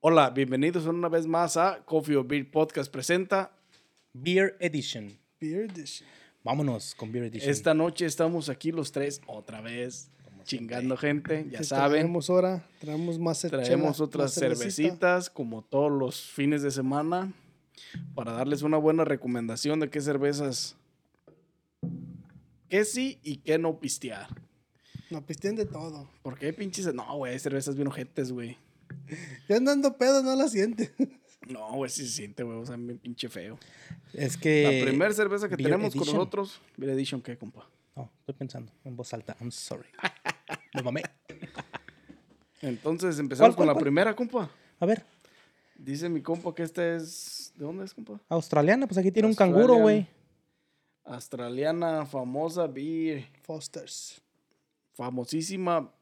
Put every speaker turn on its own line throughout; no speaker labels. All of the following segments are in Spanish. Hola, bienvenidos una vez más a Coffee or Beer Podcast presenta
Beer Edition.
Beer Edition.
Vámonos con Beer Edition.
Esta noche estamos aquí los tres otra vez chingando gente, ya saben.
Traemos ahora, traemos más chela,
Traemos
más
otras
cervecita.
cervecitas como todos los fines de semana para darles una buena recomendación de qué cervezas qué sí y qué no pistear.
No, pistean de todo.
Porque hay pinches, no, güey, hay cervezas bien ojetes, güey.
Ya andando pedo, no la siente.
No, güey, sí se siente, güey, o sea, bien pinche feo.
es que.
Eh,
La primera cerveza que
Beer
tenemos con
Edition.
nosotros, Beer Edition, ¿qué, compa?
No, estoy pensando en voz alta. I'm sorry. Me mamé.
Entonces empezamos
¿Cuál, cuál,
con la
cuál?
primera, compa.
A ver,
Dice mi compa que esta es. ¿De dónde es, compa?
australiana, pues aquí tiene
Australian.
un canguro, güey.
Australiana, famosa, beer,
Foster's.
famosísima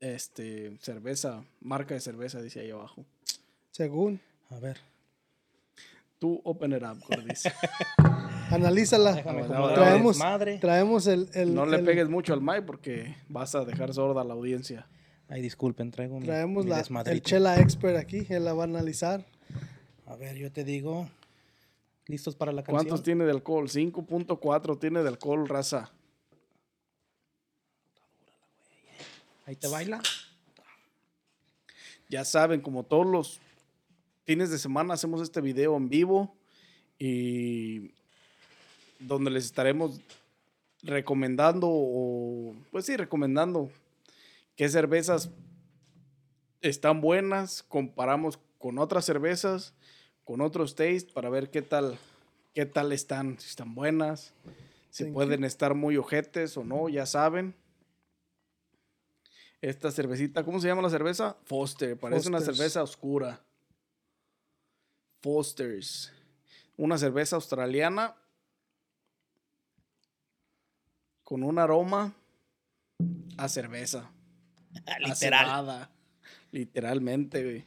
este, cerveza, marca de cerveza, dice ahí abajo.
Según.
A ver.
Tú open it up, Gordis.
Analízala.
Déjame
bueno,
acomodar
traemos-
el desmadre.
Traemos el. el-
No le
el-
pegues mucho al mic porque vas a dejar sorda a la audiencia.
Ay, disculpen, traigo mi,
Traemos
mi
la, el
desmadrito.
Chela Expert aquí. Él la va a analizar.
A ver, yo te digo. ¿Listos para la canción?
¿Cuántos tiene de alcohol? 5.4 tiene de alcohol, raza.
Ahí te baila.
Ya saben, como todos los fines de semana hacemos este video en vivo y donde les estaremos recomendando o pues sí, recomendando qué cervezas están buenas, comparamos con otras cervezas, con otros taste para ver qué tal qué tal están, si están buenas, si
Thank you.
pueden estar muy ojetes o no, ya saben. Esta cervecita, ¿cómo se llama la cerveza? Foster, parece una
Foster's.
cerveza oscura. Foster's. Una cerveza australiana con un aroma a cerveza.
Literal.
Acebada. Literalmente, güey.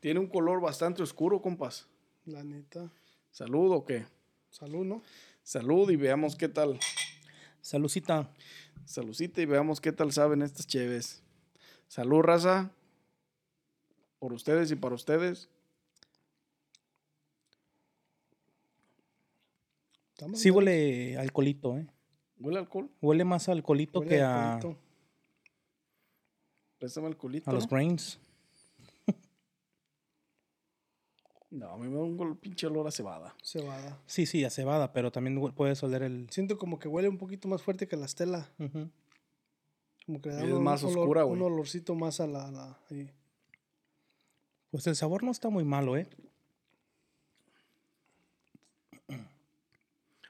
Tiene un color bastante oscuro, compas.
La neta.
Salud o qué?
Salud, ¿no?
Salud y veamos qué tal.
Salucita.
Saludcita y veamos qué tal saben estas cheves. Salud, raza. Por ustedes y para ustedes.
Estamos
Sí
bien.
huele a alcoholito, ¿eh?
¿Huele a alcohol?
Huele más a alcoholito
Huele
que a,
alcoholito.
Préstame el culito.
a los
¿no?
grains.
No, a mí me da un gol- pinche olor a cebada.
Cebada.
Sí, sí, a cebada, pero también hue- puedes oler el...
Siento como que huele un poquito más fuerte que la estela.
Ujú.
Como que le da
Es
un,
más
olor-
oscura, güey.
un olorcito más a la. a la- ahí.
Pues el sabor no está muy malo, ¿eh?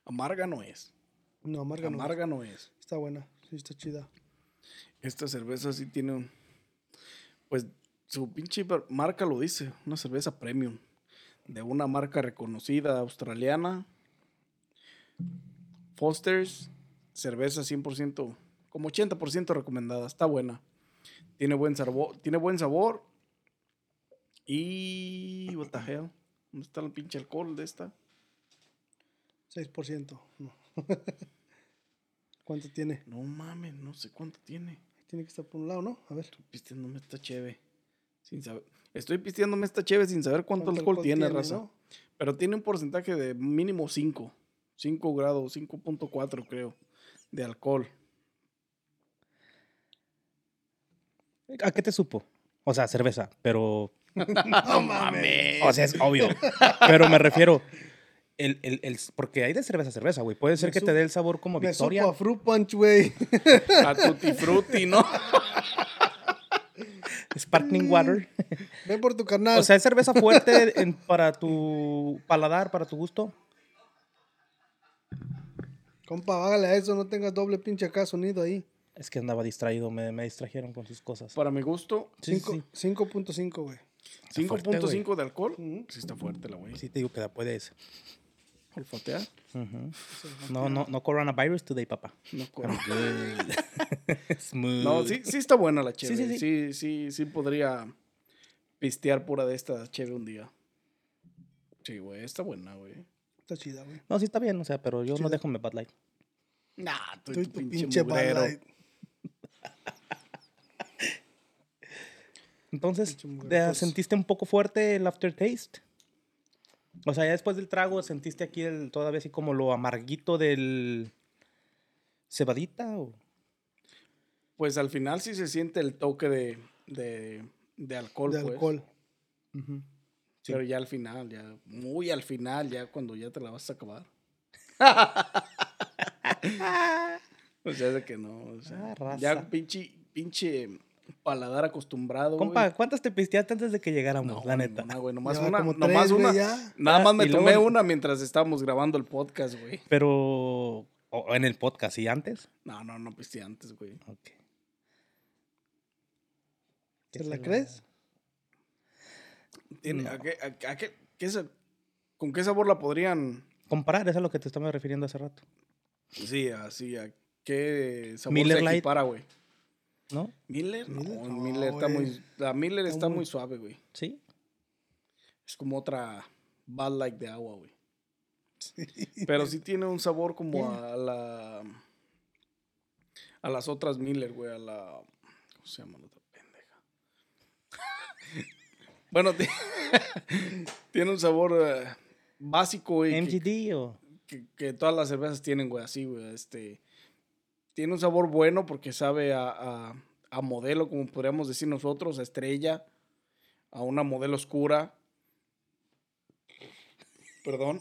Amarga no es.
No, amarga, no.
Amarga no es.
Está buena. Sí, está chida.
Esta cerveza sí tiene un... Pues su pinche per- marca lo dice, una cerveza premium. De una marca reconocida australiana. Foster's, cerveza 100%, como 80% recomendada, está buena. Tiene buen sabor, tiene buen sabor. Y... What the hell? ¿Dónde está el pinche alcohol de esta?
6%. No. ¿Cuánto tiene?
No mames, no sé cuánto tiene.
Tiene que estar por un lado, ¿no? A ver.
Pisteándome esta cheve. Sin saber... Estoy pisteándome esta cheve sin saber cuánto, alcohol, tiene, raza.
no?
Pero tiene un porcentaje de mínimo 5. 5 grados, 5.4 creo, de alcohol.
¿A qué te supo? O sea, cerveza, pero...
¡No
Eh.
mames!
O sea, es obvio. pero me refiero... El, el, el- porque hay de cerveza a cerveza, güey. Puede ser
Me
que
supo-
te dé el sabor como
Me supo
Victoria.
a Fruit Punch, güey.
A tutti frutti, ¿no?
Mm.
Sparkling Water.
Ven por tu carnal.
O sea, es cerveza fuerte en- para tu paladar, para tu gusto.
Compa, hágale a eso. No tengas doble pinche acá sonido ahí.
Es que andaba distraído, me, me distrajeron con sus cosas.
Para mi gusto,
Sí,
Cinco-
sí.
5.5, güey.
Está fuerte,
5.5 de alcohol.
Ujú.
Sí está fuerte la wey.
Sí te digo que la puedes.
Olfatear.
Ujú. No, no, no coronavirus today, papá.
No, co-
I'm good. Smooth.
no sí, sí está buena la cheve. Sí
Sí,
sí
sí,
sí. sí podría pistear pura de esta cheve un día. Sí, güey, está buena, güey.
Está chida, güey.
No, sí está bien, o sea, pero yo
Sí.
no dejo mi Bad Light.
Nah, tú y
Estoy
tu pinche mugrero.
Bud Light.
Entonces,
Pinche mujer,
¿te-
pues.
¿sentiste un poco fuerte el aftertaste? O sea, ya después del trago, ¿sentiste aquí el, todavía así como lo amarguito del cebadita? O?
Pues al final sí se siente el toque de, de, de alcohol.
de
pues.
alcohol.
Pero ya al final, ya muy al final, ya cuando ya te la vas a acabar. o sea, Pues, de que no. o sea,
Ah, raza.
ya pinche, pinche paladar acostumbrado. güey.
Compa, ¿cuántas te pisteaste antes de que llegáramos,
No,
la neta?
No, güey, nomás
Ya
una.
como
nomás
tres, güey,
una.
ya.
Nada más me
Y
tomé
luego-
una mientras estábamos grabando el podcast, güey.
Pero o- o en el podcast, ¿y antes?
No, no, no piste antes, güey.
Ok.
¿Te la crees?
Tiene-
No.
¿a qué- a- a qué- qué sa- ¿Con qué sabor la podrían?
Comparar, eso es a lo que te estaba refiriendo hace rato,
Sí, así, ¿a qué sabor
Miller
se
Lite.
equipara, güey?
¿no?
¿Miller? No,
Miller, no,
Miller está
güey.
muy... La Miller
Está
está
muy-
muy suave, güey.
Sí.
Es como otra Bad Light de agua, güey. Pero sí tiene un sabor como a la... A las otras Miller, güey. A la... ¿Cómo se llama la otra pendeja? bueno, ti- tiene un sabor eh, básico, güey. que-
MGD o...
que, que todas las cervezas tienen, güey, así, güey. Este, tiene un sabor bueno porque sabe a, a- a modelo, como podríamos decir nosotros, a estrella, a una modelo oscura. Perdón.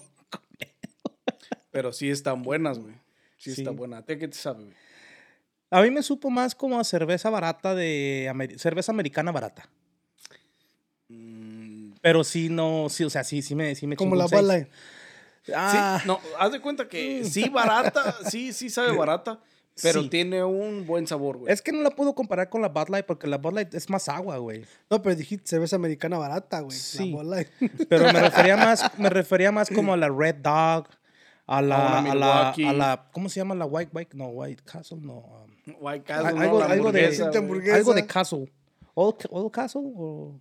Pero sí están buenas, güey. Sí, está
Sí.
buena. ¿A ti qué te sabe, güey?
A mí me supo más como a cerveza barata de... amer- cerveza americana barata.
Mm, sí,
Pero sí, no, sí, o sea, sí, sí me, sí me
Como
chingó
la
un seis.
Bad Light.
Ah, Mm.
no, haz de cuenta que sí barata, sí, sí sabe barata, pero
Sí.
tiene un buen sabor, güey.
es que no la puedo comparar con la Bud Light porque la Bud Light es más agua, güey.
No, pero dijiste cerveza americana barata, güey.
Sí.
La Bud Light.
Pero me refería más, me refería más como a la Red Dog, a la,
A una
a, la,
Milwaukee.
a la, ¿cómo se llama la White White? No, White Castle, no. um,
White Castle,
Al-
no,
algo-
la
algo de-
hamburguesa,
Pinche
güey.
hamburguesa.
algo de Castle. Old, Old Castle o...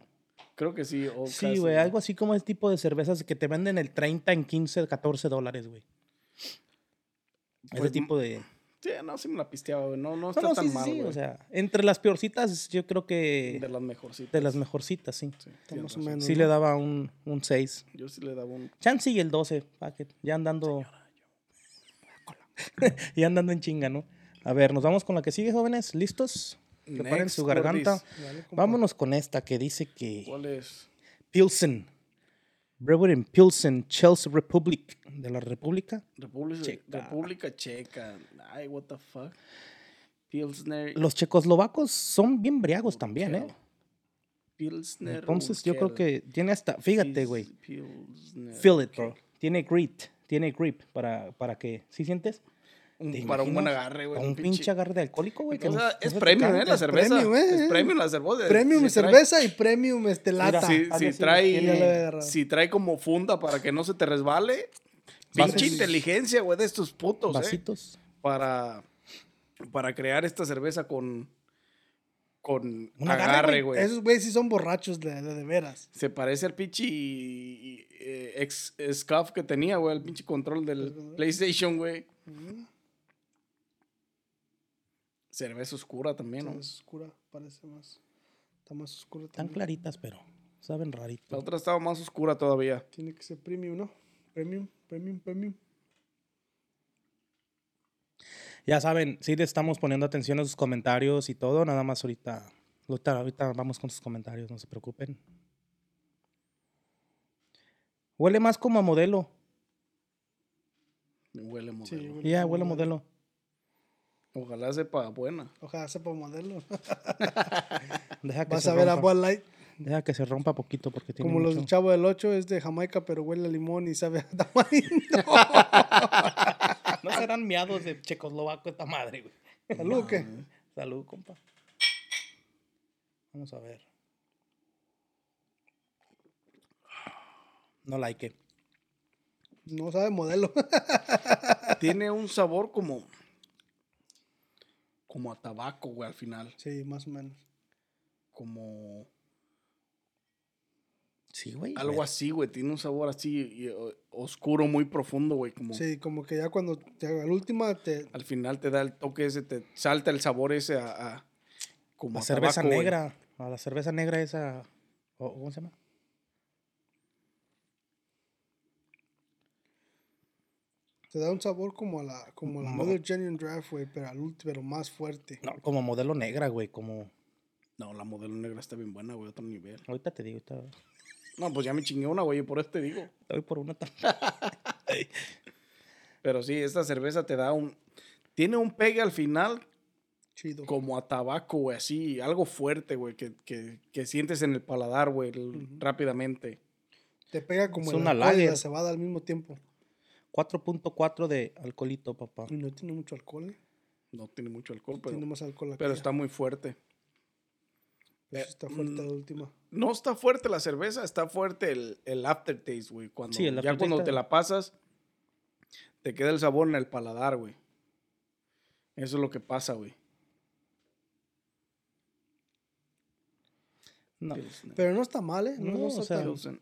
Creo que sí. Old
Sí,
Castle,
güey, algo así como ese tipo de cervezas que te venden el 30 en 15, 14 dólares, güey. Ese
Pues,
tipo de...
Sí, no, sí me la pisteaba, güey. No, no
No,
está
no,
tan
sí, sí,
mal,
sí,
güey.
o sea, entre las peorcitas yo creo que
de
de,
las mejorcitas.
las mejorcitas, sí.
Sí,
Está
tienes
más o
razón.
menos.
Sí le daba un, un 6.
Yo sí le daba un...
Chance y el 12, pa' que ya andando... ya andando en chinga, ¿no? A ver, nos vamos con la que sigue, jóvenes. ¿Listos? Preparen
Next,
su garganta.
gordis.
Dale, compa.
Vámonos con esta que dice que...
¿Cuál es?
Pilsen. Brewer en Pilsen, Chelsea Republic. ¿De la República?
República
Checa.
Checa. República Checa. Ay, what the fuck. Pilsner.
Los checoslovacos son bien briagos también, ¿eh?
Urquell. Pilsner.
Entonces yo creo
Urquell.
que tiene hasta... Fíjate, güey.
Pils- Pilsner.
Feel it, bro. Tiene grit. Tiene grip para, para que... ¿Sí sientes?
Un-
¿Te
para un buen
imaginas?
agarre, güey.
Para un pinche agarre de alcohólico, güey. que
O
no-
sea,
no
es
se te
premium,
cae.
¿eh? La
es
cerveza.
premium, ¿eh?
Es premium la cerveza.
Premium
Sí trae-
cerveza y premium este
Mira,
lata.
Si,
algo
si
así, tiene-
Ya lo había agarrado.
trae, si trae como funda para que no se te resbale,
Vasos.
pinche inteligencia, güey, de estos putos, eh,
Vasitos.
para, para crear esta cerveza con, con
Un agarre,
agarre, güey.
Esos güeyes sí son borrachos de, de, de veras.
Se parece al pinche y- y- eh, ex scuff que tenía, güey, el pinche control del PlayStation, güey. Cerveza oscura también, ¿no?
Está más oscura, parece más. Está más oscura
Están
también.
claritas, pero saben
La
rarito.
otra estaba más oscura todavía.
Tiene que ser premium, ¿no? Premium, premium, premium.
Ya saben, sí le estamos poniendo atención a sus comentarios y todo. Nada más ahorita... Ahorita, ahorita vamos con sus comentarios, no se preocupen. Huele más como a modelo.
Me Huele
Sí,
modelo.
Ya, huele a modelo.
Ojalá sepa buena.
Ojalá sepa modelo.
Deja que
Vas
se
a ver a
rompa.
Bud Light
Deja que se rompa poquito porque tiene
como los
mucho.
del Chavo del 8, es de Jamaica, pero huele a limón y sabe a tamarindo.
No serán miados de checoslovaco esta madre, güey.
Salud, ¿qué?
Salud, compa. Vamos a ver. No like it.
No sabe modelo.
Tiene un sabor como. Como a tabaco, güey, al final.
sí, más o menos.
Como.
Sí, güey.
Algo así, güey. Tiene un sabor así y, o- oscuro, muy profundo, güey. Como
Sí, como que ya cuando te haga la última, te,
al final te da el toque ese, te salta el sabor ese a. a- como
La
a
cerveza
tabaco, güey.
negra. A la cerveza negra esa. o- ¿Cómo se llama?
Te da un sabor como a la, como a la
Mo-
Mother Genuine Draft, güey, pero, al ulti- pero más fuerte.
No, como modelo negra, güey. Como.
No, la modelo negra está bien buena, güey, otro nivel.
Ahorita te digo, ahorita
No, pues ya me chingué una, güey, y por eso te digo.
te voy por una tam-
Pero sí, esta cerveza te da un... Tiene un pegue al final
Chido.
como a tabaco, güey, así, algo fuerte, güey, que, que, que sientes en el paladar, güey, el- rápidamente.
Te pega como
Es
el
una
alcohol y la
lager.
cebada al mismo tiempo.
4.4 de alcoholito, papá.
Y no tiene mucho alcohol, eh.
No tiene mucho alcohol, pero,
tiene más alcohol aquí.
pero está muy fuerte. eh,
está fuerte la última.
No está fuerte la cerveza, está fuerte el, el aftertaste, güey. Cuando,
Sí, el
ya
aftertaste
cuando
está-
te la pasas, te queda el sabor en el paladar, güey. Eso es lo que pasa, güey.
No.
Pero no está mal, eh. No,
No,
no
o
está
sea,
tan-
Pilsen.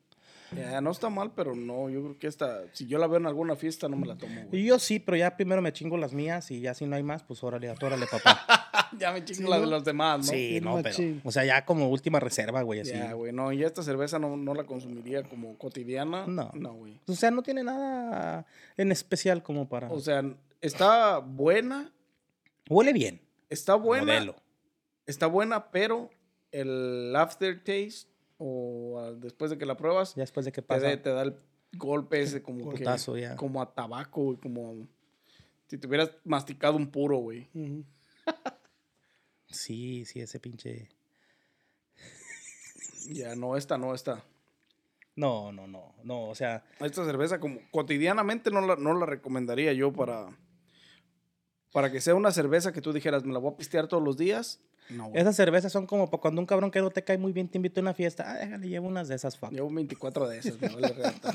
Ya, no está mal, pero no, yo creo que esta, si yo la veo en alguna fiesta, no me la tomo, güey.
Yo sí, pero ya primero me chingo las mías y ya si no hay más, pues órale, órale, papá.
ya me chingo
Sí,
la
¿no?
de los demás, ¿no?
Sí,
Bien
no,
machín.
pero. O sea, ya como última reserva, güey, así.
Ya, güey, no, y esta cerveza no, no la consumiría como cotidiana.
No.
No, güey.
o sea, no tiene nada en especial como para.
O sea, está buena,
Huele bien.
está buena,
Modelo.
está buena, pero el aftertaste o ah, después de que la pruebas,
Ya después de que
te,
pasa.
da- te da el golpe ese como que,
Putazo, ya.
como a tabaco, güey, como si te hubieras masticado un puro, güey.
Ujú.
Sí, sí, ese pinche.
Ya, no, esta no, esta.
No, no, no. No, o sea,
Esta cerveza como cotidianamente no la, no la recomendaría yo para, para que sea una cerveza que tú dijeras, me la voy a pistear todos los días. No, güey.
esas cervezas son como para cuando un cabrón que no te cae muy bien te invita a una fiesta. Ah, déjale, llevo unas de esas, fuck.
Llevo 24 de esas, me vale reata.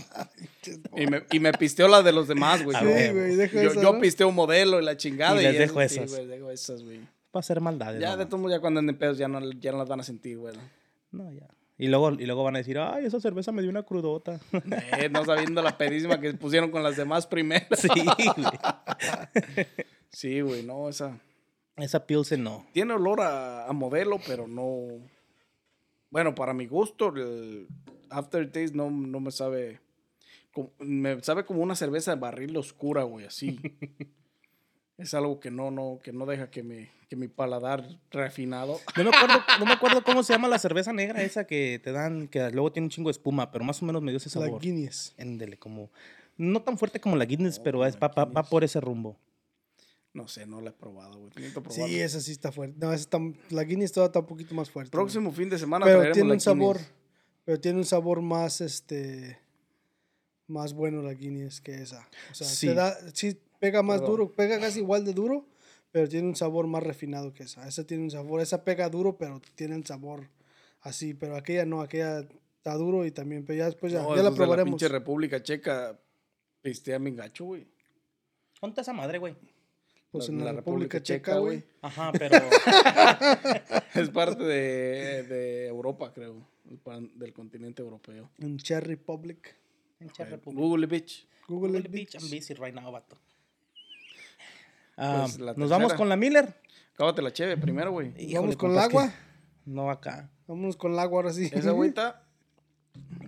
y, me, y me pisteo las de los demás, güey.
A
Sí,
Yo-
huevo.
güey, deja
Yo,
esa,
yo
¿no?
pisteo modelo y la chingada.
Y les dejo
esas, sí,
esas. Ah,
güey, dejo esas, güey.
Para hacer maldades.
Ya
no,
de
no.
todos modos, ya cuando anden pedos, ya no, ya no las van a sentir, güey.
No, ya. Y luego, y luego van a decir, ay, esa cerveza me dio una crudota.
Eh, no sabiendo la pedísima que pusieron con las demás primero.
sí, güey.
Sí, güey, no, esa.
Esa Pilsen no.
Tiene olor a, a modelo, pero no. Bueno, para mi gusto, el aftertaste no, no me sabe. como- me sabe como una cerveza de barril oscura, güey, así. es algo que no, no, que no deja que, me, que mi paladar refinado.
No me, acuerdo, no me acuerdo cómo se llama la cerveza negra esa que te dan, que luego tiene un chingo de espuma, pero más o menos me dio ese
La
sabor.
Guinness.
Éndele, como. No tan fuerte como la Guinness,
No,
pero
como
es,
la
va, va- va
Guinness.
por ese rumbo.
No sé, no la he probado, güey. Tengo que probarla.
Sí, esa sí está fuerte. No, esa está, la Guinness todavía está un poquito más fuerte. güey.
Próximo fin de semana
pero
traeremos
tiene
la
un sabor,
Guinness.
pero tiene un sabor más, este, más bueno la Guinness que esa. O sea,
Sí.
te da, sí pega más
Perdón.
duro, pega casi igual de duro, pero tiene un sabor más refinado que esa. Esa tiene un sabor, esa pega duro, pero tiene el sabor así, pero aquella no, aquella está duro y también, pero ya después ya,
No,
ya la
esos de
probaremos.
pinche República Checa pistea mi gacho, güey.
¿Dónde está esa madre, güey?
Los
pues en
de
la, República Checa, güey.
Ajá, pero.
Es parte de, de Europa, creo. el pan- Del continente europeo.
En Cherry Republic.
en Czech
Eh,
Republic.
Google, bitch.
Google,
Google
it,
Beach,
bitch.
I'm busy right now, vato.
Pues,
Ah,
la
Nos vamos
tercera.
con la Miller.
Cábate la cheve primero, güey.
Híjole,
Vamos con el
compa, es que-
agua.
No acá.
Vámonos con el agua ahora sí.
Esa agüita,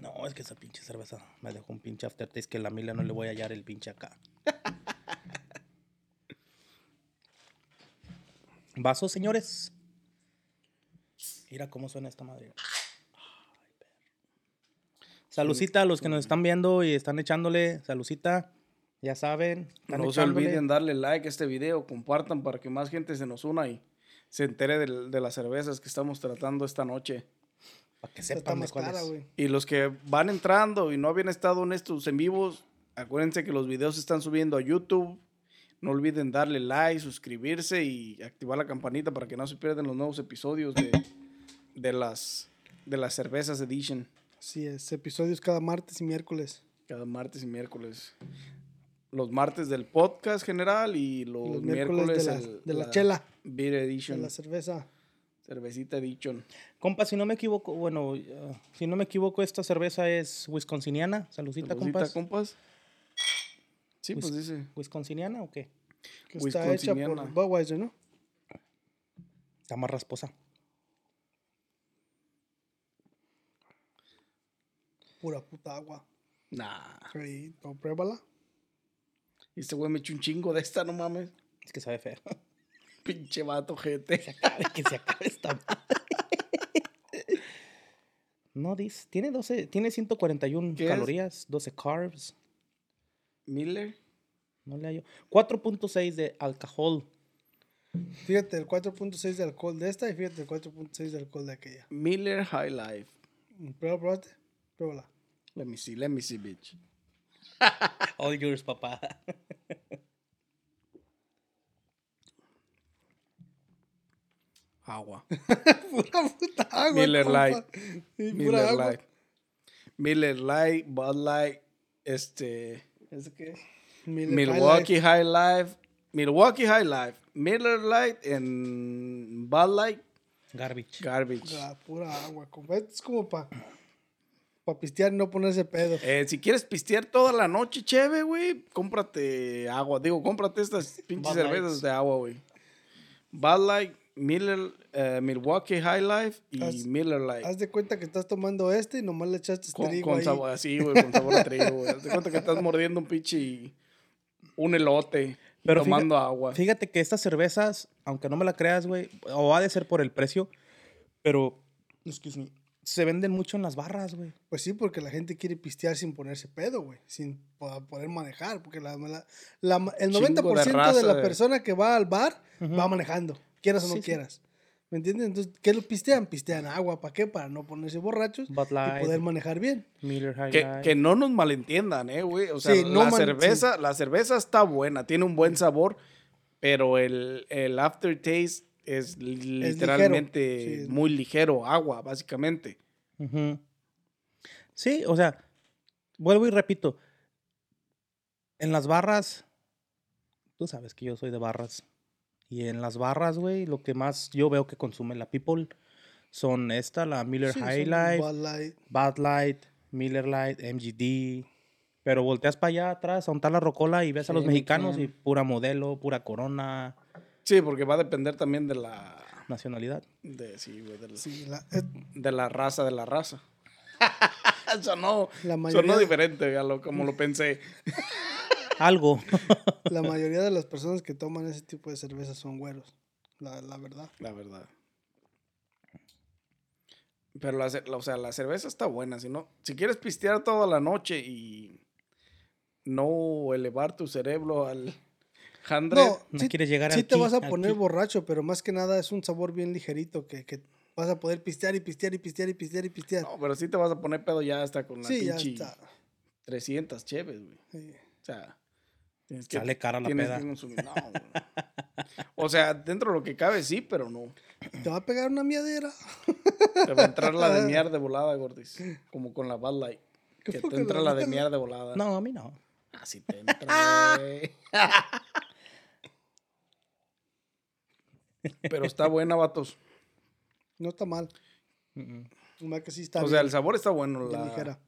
No, es que esa pinche cerveza me dejó un pinche aftertaste que la Miller no le voy a hallar el pinche acá. Vasos, señores. Mira cómo suena esta madre. Ay, perro. Salucita a los que nos están viendo y están echándole. Salucita. Ya saben. están
no se
echándole.
eh.
olviden darle like a este video, compartan para que más gente se nos una y se entere del- de las cervezas que estamos tratando esta noche.
Para que
Esa está
sepan de
más
cuál
cara,
es.
güey.
Y los que van entrando y no habían estado en estos en vivos, acuérdense que los videos se están subiendo a YouTube. No olviden darle like, suscribirse y activar la campanita para que no se pierdan los nuevos episodios de, de las, de las cervezas edition
Así es, episodios cada martes y miércoles.
cada martes y miércoles. Los martes del podcast general y los,
Los miércoles
miércoles,
de la-
el-
de la chela.
Beer
De
edition,
la cerveza.
cervecita edition.
Compa, si no me equivoco, bueno, ah, si no me equivoco, esta cerveza es wisconsiniana. Salucita,
Saludita,
compas.
compas. Sí,
Pues-
pues dice.
¿Wisconsiniana o qué?
Que está hecha por
Wisconsiniana.
Budweiser, ¿no?
Está más rasposa.
pura puta agua.
Nah.
Sí, no, pruébala.
Este güey me echó un chingo de esta, no mames.
Es que sabe feo.
Pinche vato, gente.
Ay, que se acabe esta madre. No dice, tiene 12, tiene 141
¿Qué es?
calorías, 12 carbs,
Miller.
no le hallo. 4.6 de alcohol.
Fíjate el 4.6 de alcohol de esta y fíjate el 4.6 de alcohol de aquella.
Miller High Life.
Prueba, pruébate. Pruébala.
Let me see, let me see, bitch.
All yours, papá.
Agua.
pura puta agua.
Miller
Ah, compa.
Lite.
Sí, pura
Miller
agua.
Light. Miller Light, Bud Light, este. ¿Ese qué es?
Miller High Life.
Milwaukee High Life. Milwaukee High Life. Miller Light and Bud Light
Garbage.
Garbage.
La pura agua, compa. Es como para pa pistear y no ponerse pedo.
Eh, si quieres pistear toda la noche, chévere, güey, cómprate agua. Digo, cómprate estas pinches
Bud Lights.
cervezas de agua, güey. Bud Light, Miller, eh, Milwaukee High Life y
Haz-
Miller Light.
Haz de cuenta que estás tomando este y nomás le echaste
Con,
trigo
con
ahí.
sabor así, güey, con sabor a trigo, güey. Haz de cuenta que estás mordiendo un pinche un elote y
Pero
tomando agua.
Fíjate que estas cervezas, aunque no me la creas, güey, o ha de ser por el precio, pero, excuse me, se venden mucho en las barras, güey.
Pues sí, porque la gente quiere pistear sin ponerse pedo, güey. Sin po- poder manejar. Porque la, la- la- el
Chingo de
90% de,
raza
la
de-
persona que va al bar
eh. Ujú.
va manejando. Quieras o no
Sí, sí.
quieras. ¿Me entiendes? Entonces, ¿qué lo pistean? Pistean agua. ¿Para qué? Para no ponerse borrachos
Bud
y poder
Light,
manejar bien.
Miller High
Que,
Life.
que no nos malentiendan, eh, güey. O sea,
Sí, no
la,
mal-
cerveza, la cerveza está buena, tiene un buen sabor, pero el, el aftertaste es literalmente
ligero, sí.
muy ligero, agua, básicamente.
Ujú. Sí, o sea, vuelvo y repito. En las barras, tú sabes que yo soy de barras. Y en las barras, güey, lo que más yo veo que consume la people son esta, la Miller
Sí,
High
son
Life,
Bud Light.
Bad Light, Miller Light, MGD. Pero volteas para allá atrás a untar la rocola y ves a los
Henneken.
mexicanos y pura modelo, pura corona,
Sí, porque va a depender también de la.
nacionalidad.
De, sí, güey, de, la,
Sí, la, eh,
de la raza, de la raza. sonó,
La
sonó
mayoría-
diferente a lo, como lo pensé.
Algo.
la mayoría de las personas que toman ese tipo de cerveza son güeros. La, la verdad.
La verdad. Pero la, ce- la- o sea, la cerveza está buena. Si, no, si quieres pistear toda la noche y no elevar tu cerebro al 100,
No,
No
sí,
quieres llegar
sí
al
te
ki-
vas a
al
poner
ki-
borracho, pero más que nada es un sabor bien ligerito que, que vas a poder pistear y pistear y pistear y pistear y pistear.
no, pero sí te vas a poner pedo ya hasta con la
sí, ya
pinche
está.
300 cheves, güey.
Sí.
O sea, tienes
Sale cara la
tienes
peda.
que consumir- no, güey. o sea, dentro de lo que cabe sí, pero no.
Te va a pegar una miadera.
Te va a entrar la de mierda de volada, gordis. Como con la Bud Light.
¿Qué
Que
fue
te
con
entra
la
la de
Bud Light?
mierda de volada.
No, a mí no.
Así te entra, güey. Pero está buena, vatos.
No está mal.
Mm, mm.
Nomás que sí está
o
bien,
sea, el sabor está bueno.
bien
La,
ligera.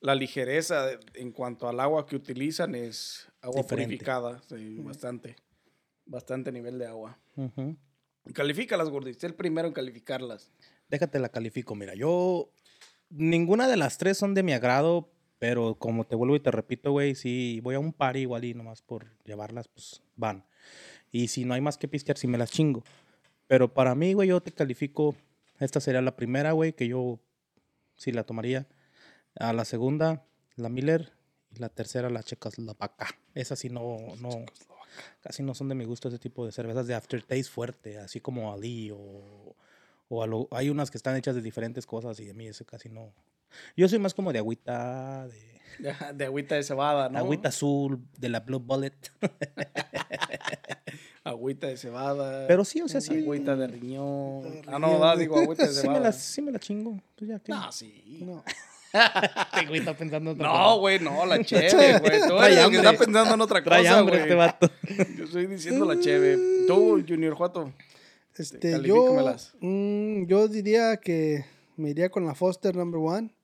la ligereza de- en cuanto al agua que utilizan es agua
Diferente.
purificada. sí, bastante. Bastante nivel de agua.
Ujú.
Califícalas, gordis. El primero en calificarlas.
Déjate la califico. Mira, yo. Ninguna de las tres son de mi agrado, pero como te vuelvo y te repito, güey, si voy a un party igual y nomás por llevarlas, pues van. Y si no hay más que pistear, si me las chingo. Pero para mí, güey, yo te califico. Esta sería la primera, güey, que yo sí la tomaría. A la segunda, la Miller. Y la tercera, la Checoslovaca. Esa sí no, no. Casi no son de mi gusto ese tipo de cervezas de aftertaste fuerte, así como Ali o, o a lo- hay unas que están hechas de diferentes cosas y a mí eso casi no. Yo soy más como de agüita, de
De, de agüita de cebada, ¿no?
agüita azul, de la Blue Bullet.
Agüita de cebada.
Pero sí, o sea, sí.
Agüita de riñón.
Agüita de
Ah, no,
riñón.
da, digo agüita de
Sí me,
cebada.
la, sí me la chingo. Pues ya, ¿qué?
No, sí.
No.
Este güey está pensando en otra
No,
cosa.
güey, no, la cheve, güey. Tú
Trae
eres el que está
hambre.
pensando en otra
Trae
cosa,
hambre
güey.
este vato.
Yo estoy diciendo la cheve. Tú, Junior Juato.
Este, yo,
califícamelas.
mm, yo diría que me iría con la Foster number one.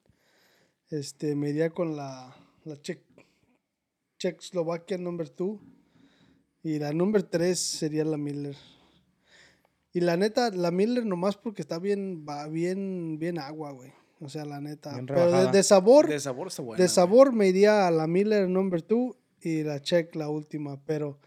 Este, me iría con la, la Czech, Czechoslovakia number two. Y la number tres sería la Miller. Y la neta, la Miller nomás porque está bien, va bien, bien agua, güey. O sea, la neta.
Bien
Pero de,
rebajada.
de sabor,
De sabor está buena.
de
güey.
sabor me iría a la Miller number 2 y la Check la última, pero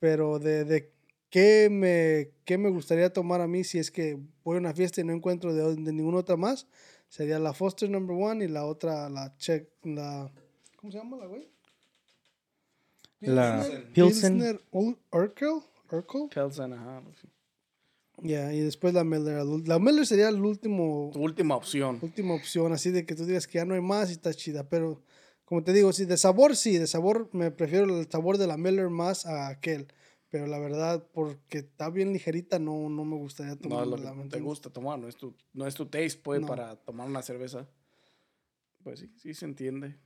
pero de, de qué me qué me gustaría tomar a mí si es que voy a una fiesta y no encuentro de, de ninguna otra más, sería la Foster number 1 y la otra la Check la ¿Cómo se llama la güey?
La
Pilsner.
Pilsen.
Pilsner Ur- Urkel, Urkel.
Pilsen, ajá.
Ya, y después la Miller. al ul- La Miller sería el último
Tu última opción.
última opción, así de que tú digas que ya no hay más y está chida, pero como te digo, sí, de sabor sí, de sabor me prefiero el sabor de la Miller más a aquel, pero la verdad, porque está bien ligerita, no, no me gustaría
No es lo
tomarla. ¿me
que te
entiendes?
gusta tomar, no es tu, no es tu taste, pues,
No.
para tomar una cerveza. Pues sí, sí se entiende.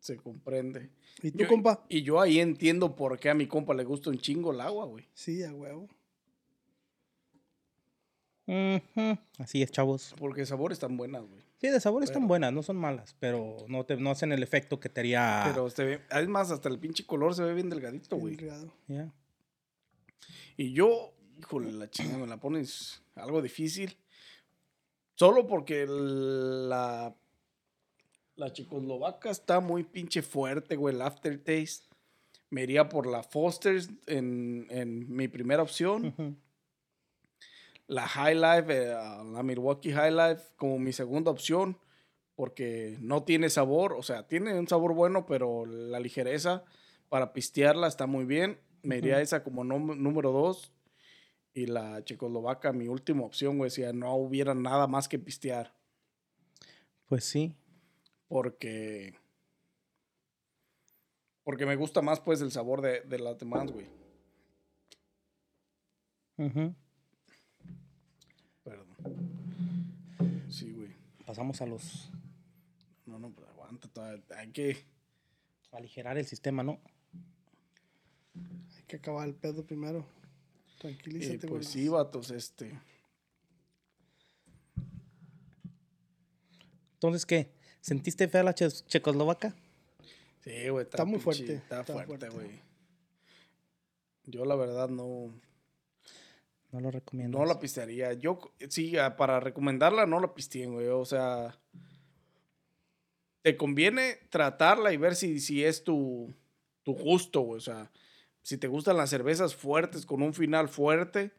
Se comprende.
¿Y tú,
Yo-
compa?
Y yo ahí entiendo por qué a mi compa le gusta un chingo el agua, güey.
Sí, a huevo.
Ujú. Así es, chavos.
Porque sabores tan buenas, güey.
Sí, de sabor están
Pero-
buenas, no son malas, pero no, te, no hacen el efecto que te haría.
Pero se ve, es más, hasta el pinche color se ve bien delgadito,
bien
güey.
delgado.
Ya.
Y yo, híjole, la chingada me la pones algo difícil. Solo porque el- la, la checoslovaca está muy pinche fuerte, güey, el aftertaste. Me iría por la Foster's en, en mi primera opción.
Ujú.
La High Life, eh, la Milwaukee High Life como mi segunda opción. Porque no tiene sabor, o sea, tiene un sabor bueno, pero la ligereza para pistearla está muy bien. Me iría
Ujú.
esa como nom- número dos. Y la checoslovaca, mi última opción, güey, si ya no hubiera nada más que pistear.
Pues sí.
Porque. Porque me gusta más, pues, el sabor de, de las demás, güey.
Ujú.
Perdón. Sí, güey.
Pasamos a los.
No, no, pero aguanta. todavía Hay que.
a aligerar el sistema, ¿no?
Hay que acabar el pedo primero.
Eh,
Tranquilízate, güey.
pues sí, vatos, este.
Entonces, ¿qué? ¿Sentiste fea la che- checoslovaca?
Sí, güey.
Está muy
pinche-
fuerte,
Está,
está
fuerte,
fuerte.
güey. Yo, la verdad, no.
No lo recomiendo.
No la pistearía. Yo, sí, ah, para recomendarla, no la pisteen, güey. O sea, te conviene tratarla y ver si, si es tu, tu gusto, güey. O sea, si te gustan las cervezas fuertes con un final fuerte,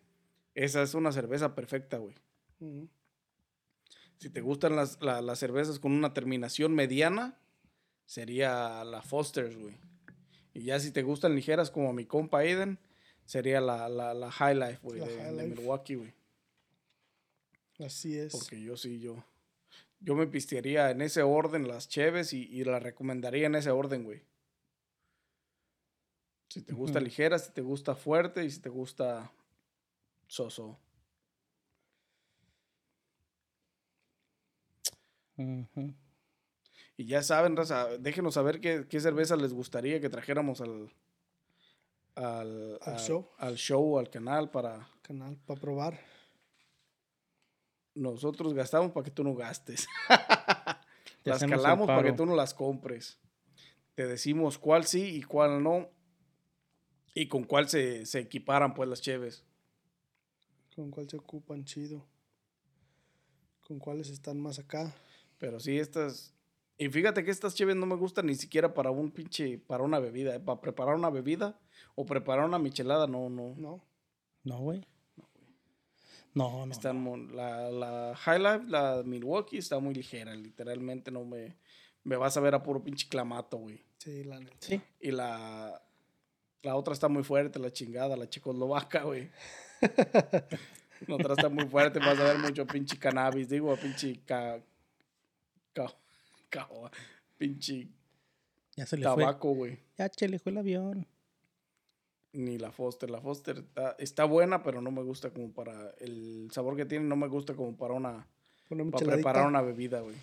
esa es una cerveza perfecta, güey.
Ujú.
Si te gustan las, la- las cervezas con una terminación mediana, sería la Foster's, güey. Y ya si te gustan ligeras como mi compa Aiden, sería la, la, la High Life, güey,
La
de-
High
de
Life.
Milwaukee, güey.
Así es.
Porque yo sí, yo. Yo me pistearía en ese orden las cheves y, y las recomendaría en ese orden, güey. Si te gusta
Ujú.
ligera, si te gusta fuerte y si te gusta soso.
Ujú.
Y ya saben, raza, déjenos saber qué, qué cerveza les gustaría que trajéramos al. Al,
Al show.
Al show, al canal, para
Canal, para probar.
nosotros gastamos para que tú no gastes.
Te
las
hacemos el
calamos para que
paro.
tú no las compres. Te decimos cuál sí y cuál no. Y con cuál se, se equiparan pues las cheves.
Con cuál se ocupan chido. Con cuáles están más acá.
Pero sí, estas... Y fíjate que estas cheves no me gustan ni siquiera para un pinche... Para una bebida. ¿eh? Para preparar una bebida o preparar una michelada, no, no.
No.
No, güey. No, no.
Están mon- la, la High Life, la Milwaukee, está muy ligera. Literalmente no me... Me vas a ver a puro pinche clamato, güey.
Sí, la neta.
Sí.
Y la... La otra está muy fuerte, la chingada, la checoslovaca, güey. La otra está muy fuerte, vas a ver mucho pinche cannabis, digo, pinche ca... ca... ca- pinche
Ya se le fue.
tabaco, güey.
Ya se le fue el avión.
Ni la Foster. La Foster está, está buena, pero no me gusta como para... El sabor que tiene no me gusta como para una...
Una
Para
micheladita.
preparar una bebida, güey.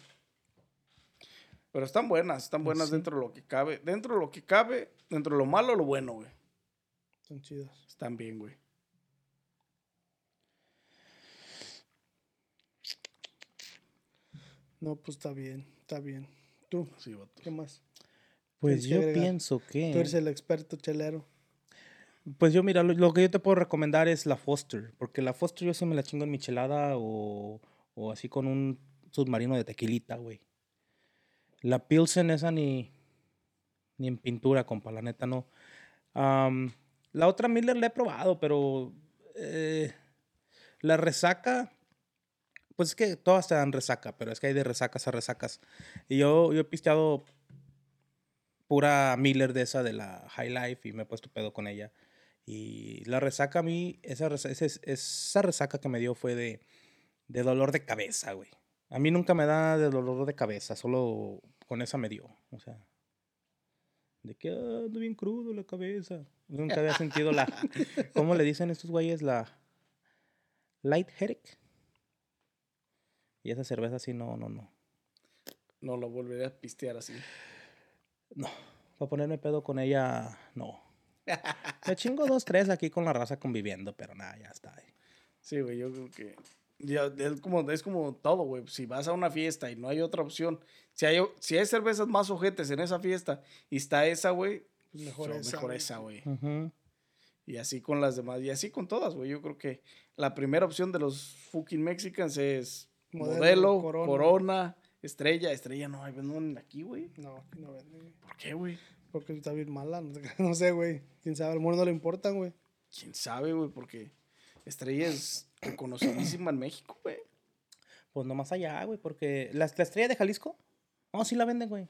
Pero están buenas, están
Pues
buenas
sí.
dentro de lo que cabe. Dentro de lo que cabe, dentro de lo malo, lo bueno, güey.
Están chidas.
Están bien, güey.
No, pues está bien, está bien. Tú,
Sí, vato.
¿qué más?
Pues
que
yo
agregar.
pienso
Tú eres
que.
el experto chelero.
Pues yo, mira, lo, lo que yo te puedo recomendar es la Foster. Porque la Foster yo sí me la chingo en michelada o, o así con un submarino de tequilita, güey. La Pilsen esa ni, ni en pintura, compa, la neta no. Am, la otra Miller la he probado, pero eh, la resaca, pues es que todas te dan resaca, pero es que hay de resacas a resacas. Y yo, yo he pisteado pura Miller de esa de la High Life y me he puesto pedo con ella. Y la resaca a mí, esa, resa- ese- esa resaca que me dio fue de, de dolor de cabeza, güey. A mí nunca me da de dolor de cabeza, solo con esa me dio. O sea, de que "Ah, ando bien crudo la cabeza. Nunca había sentido la. ¿Cómo le dicen estos güeyes? La. Light headache. Y esa cerveza sí, no, no, no.
No lo volveré a pistear así.
No, para ponerme pedo con ella, no. Me chingo dos, tres aquí con la raza conviviendo, pero nada, ya está. eh.
Sí, güey, yo creo que. ya, es, como, es como todo, güey. Si vas a una fiesta y no hay otra opción, si hay, o- si hay cervezas más ojetes en esa fiesta y está esa, güey,
Pues mejor
so-
esa,
mejor
güey.
esa, güey.
Ujú.
Y así con las demás, y así con todas, güey. Yo creo que la primera opción de los fucking Mexicans es
Modelo,
modelo,
Corona.
corona. estrella. Estrella no, hay no venden aquí, güey.
No, aquí no venden, güey.
¿Por qué, güey?
Porque está bien mala. No sé, no sé, güey. Quién sabe, al mundo no le importan, güey.
¿Quién sabe, güey? Porque estrella es reconocidísima en México, güey.
Pues no más allá, güey, porque la, la estrella de Jalisco, oh, sí la venden, güey.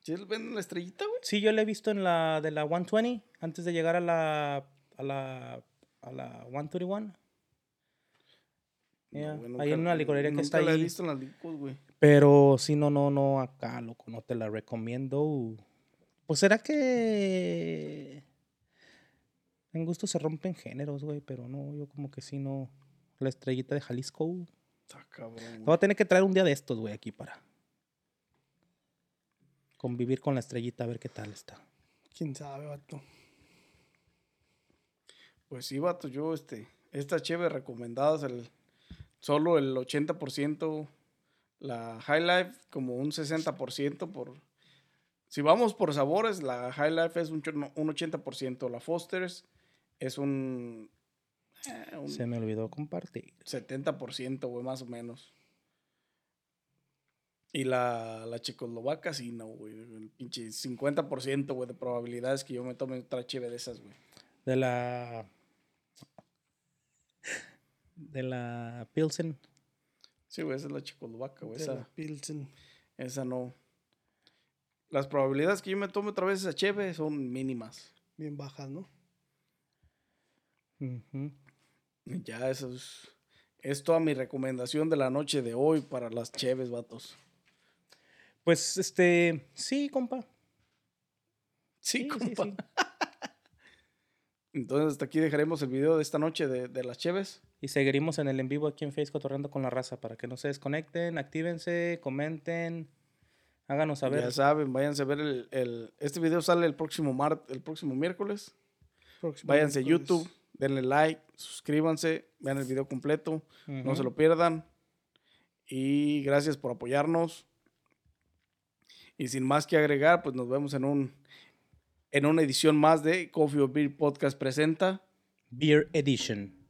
¿Sí venden la estrellita, güey?
Sí, yo la he visto en la de la 120 antes de llegar a la a la a la 131. Ya,
No, güey,
ahí en una licorería que está
Nunca la he
ahí.
visto en las licos, güey.
Pero sí, no, no, no, acá, loco, no te la recomiendo. Pues será que en gusto se rompen géneros, güey, pero no, yo como que sí, no. La estrellita de Jalisco. uh.
Está cabrón,
Te
güey.
voy a tener que traer un día de estos, güey, aquí para convivir con la estrellita, a ver qué tal está.
Quién sabe, vato.
Pues sí, vato, yo, este, estas chéves recomendadas, el, solo el 80%, la High Life como un 60% por... Si vamos por sabores, la High Life es un, cho- no, un 80%, la Foster's es un, eh, un
Se me olvidó compartir.
70%, güey, más o menos. Y la, la checoslovaca, sí, no, güey, el pinche 50%, güey, de probabilidades que yo me tome otra chévere de esas, güey.
De la. De la Pilsen.
Sí, güey, esa es la checoslovaca, güey,
De
esa...
la Pilsen.
Esa no. Las probabilidades que yo me tome otra vez esa cheve son mínimas.
Bien bajas, ¿no?
Ujú.
Ya eso es, es toda mi recomendación de la noche de hoy para las cheves, vatos.
Pues este. Sí, compa.
Sí,
Sí, sí,
compa.
sí.
Entonces hasta aquí dejaremos el video de esta noche de, de las cheves.
Y seguiremos en el en vivo aquí en Facebook torrando con la raza para que no se desconecten, actívense, comenten, háganos saber.
Ya saben, váyanse a ver el, el- Este video sale el próximo mar, el próximo miércoles.
Próximo
Váyanse a
miércoles.
YouTube, denle like, suscríbanse, vean el video completo.
Ujú.
No se lo pierdan. Y gracias por apoyarnos. Y sin más que agregar, pues nos vemos en un en una edición más de Coffee or Beer Podcast presenta.
Beer Edition.